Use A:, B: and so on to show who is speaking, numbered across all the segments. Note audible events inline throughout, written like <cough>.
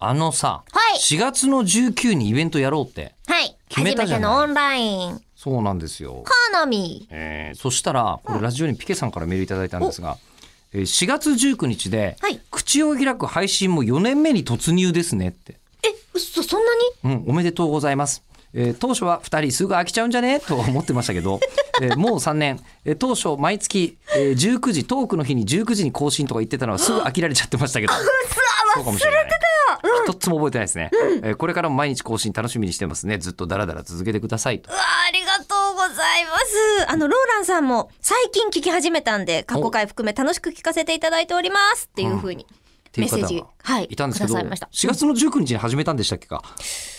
A: あのさ、
B: はい
A: 4月の19にイベントやろうって。
B: はい。
A: 決めたじゃない
B: 初めてのオンライン。
A: そうなんですよ。
B: 好み。
A: えーそしたら、これラジオにピケさんからメールいただいたんですが、えー4月19日で、
B: はい
A: 口を開く配信も4年目に突入ですねって。
B: え、嘘、そんなに
A: うん、おめでとうございます。えー当初は2人すぐ飽きちゃうんじゃねと思ってましたけど、えーもう3年、えー当初毎月、えー19時トークの日に19時に更新とか言ってたのはすぐ飽きられちゃってま
B: <laughs>
A: したけどそうかもしれない一つも覚えてないですね、えーこれからも毎日更新楽しみにしてますねずっとダラダラ続けてくださいと
B: うわあ、ありがとうございます。あの、ローランさんも最近聞き始めたんで、過去回含め楽しく聞かせていただいておりますっていうふうに、
A: ってい
B: メ
A: う
B: ッセ
A: 方
B: ージ、
A: がいたんですけど、
B: くださいました。
A: 4月の19日に始めたんでしたっけか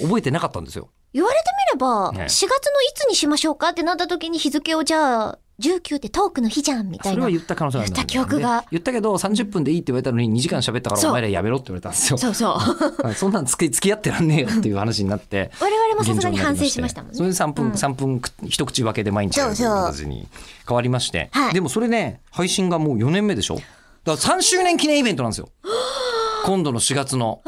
A: 覚えてなかったんですよ
B: 言われてみれば、
A: ね
B: 4月のいつにしましょうかってなった時に日付をじゃあ、19ってトークの日じゃんみたい
A: それ
B: な
A: は。言った可能性があるんだ
B: 言った記憶が
A: で言ったけど30分でいいって言われたのに2時間喋ったから
B: そう
A: お前らやめろって言われたんですよ
B: <laughs> そ
A: <laughs>
B: うそう。
A: はいそんなんつき付き合ってらんねえよっていう話になって
B: 我々もさすがに
A: 現状なり
B: 反省しましたもん
A: そ
B: ね。
A: れで3分、三分く一口分けで毎日やるという形に変わりまして、
B: はい
A: でもそれね配信がもう4年目でしょだから3周年記念イベントなんです
B: <gasps>
A: よ今度の4月の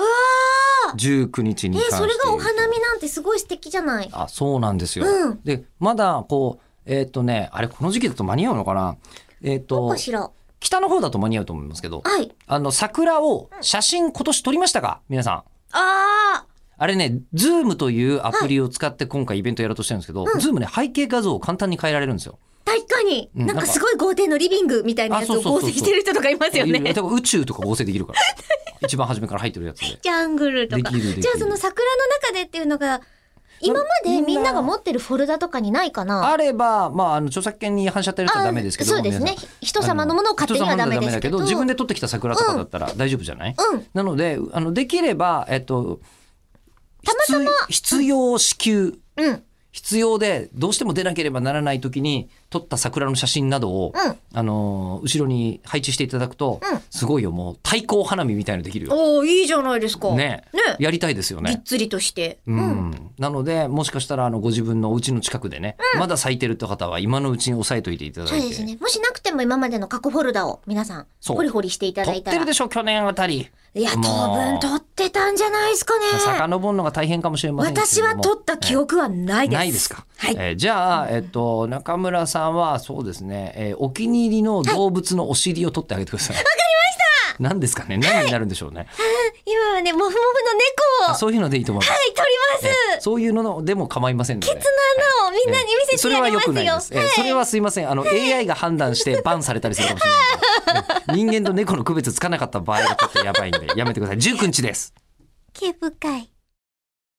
A: 19日に
B: え
A: 関して
B: それがお花
A: 見
B: 見なんてすごい素敵じゃない。
A: あそうなんですよ、
B: うん
A: でまだこうえーっ、とねあれこの時期だと間に合うのかなえーっ、
B: ど
A: と
B: うかしら。
A: 北の方だと間に合うと思いますけど
B: はい。
A: あの桜を写真今年撮りましたか皆さん
B: ああ、
A: あれね、ズームというアプリを使って今回イベントやろうとしてるんですけど、ズームね、背景画像を簡単に変えられるんですよ。
B: 確かに、
A: うん
B: なん
A: なん
B: か
A: か
B: すごい豪邸のリビングみたいなやつ
A: あそ
B: を
A: うそうそう
B: 合
A: そう
B: 成してる人とかいますよね
A: いや。多分宇宙とか合成できるから。一番初めから入ってるやつで。
B: ジャングルとか。
A: できるできる
B: じゃあその桜の中でっていうのが、今までみんなが持ってるフォルダとかにないかな
A: あれば、まあ、あの、著作権に反射ってやるとダメですけど、
B: あそうですね
A: 皆さん。
B: 人様のものを勝手にはダメですけ
A: 人様のものはダメ
B: ど
A: だ自分で撮ってきた桜とかだったら大丈夫じゃない、
B: うん。
A: なので、あの、できれば、えっと、
B: たまたま
A: 必必要支給、
B: うん。
A: 必要で、どうしても出なければならない時に、撮った桜の写真などを、
B: うん。
A: あのー後ろに配置していただくと、
B: うん
A: すごいよもう太鼓花見みたいのできるよ。
B: おおいいじゃないですか。
A: ね
B: ね。
A: やりたいですよ
B: ぎっ
A: ね。
B: つりとして。
A: うん。なのでもしかしたらあのご自分のお家の近くでね、まだ咲いてるって方は今のうちに押さえといていただいて
B: そうですね。もしなくても今までの過去フォルダを皆さん、
A: そう
B: ホリホリしていただ
A: 取っ
B: いた
A: て
B: ら
A: るで。しょ去年あたり
B: いや、当
A: も
B: 分
A: う
B: 撮ってたんじゃないですかね。
A: 遡るのが大変かもしれませんけれども
B: 私は撮った記憶はないです。
A: ないですか、
B: はい。
A: えーじゃあ、えっと、中村さんはそうですね、えーお気に入りの動物のお尻を取ってあげてくだ
B: <laughs>
A: さいわ、かりました何ですかね何になるんでしょうね、
B: 今はね、もふもふの猫を、
A: あそういうのでいいと思います
B: はい、撮ります。
A: えそういうのでも構いませんので、
B: あの、みんなに見せ
A: そ
B: て
A: れ
B: や
A: は
B: り
A: 良
B: ます
A: く
B: よ。
A: ないです。え
B: はい
A: それはすいません。あの、AI が判断してバンされたりするかもしれないので。人間と猫の区別つかなかった場合がちょっとやばいんで、やめてください。19日です。
B: 毛深い。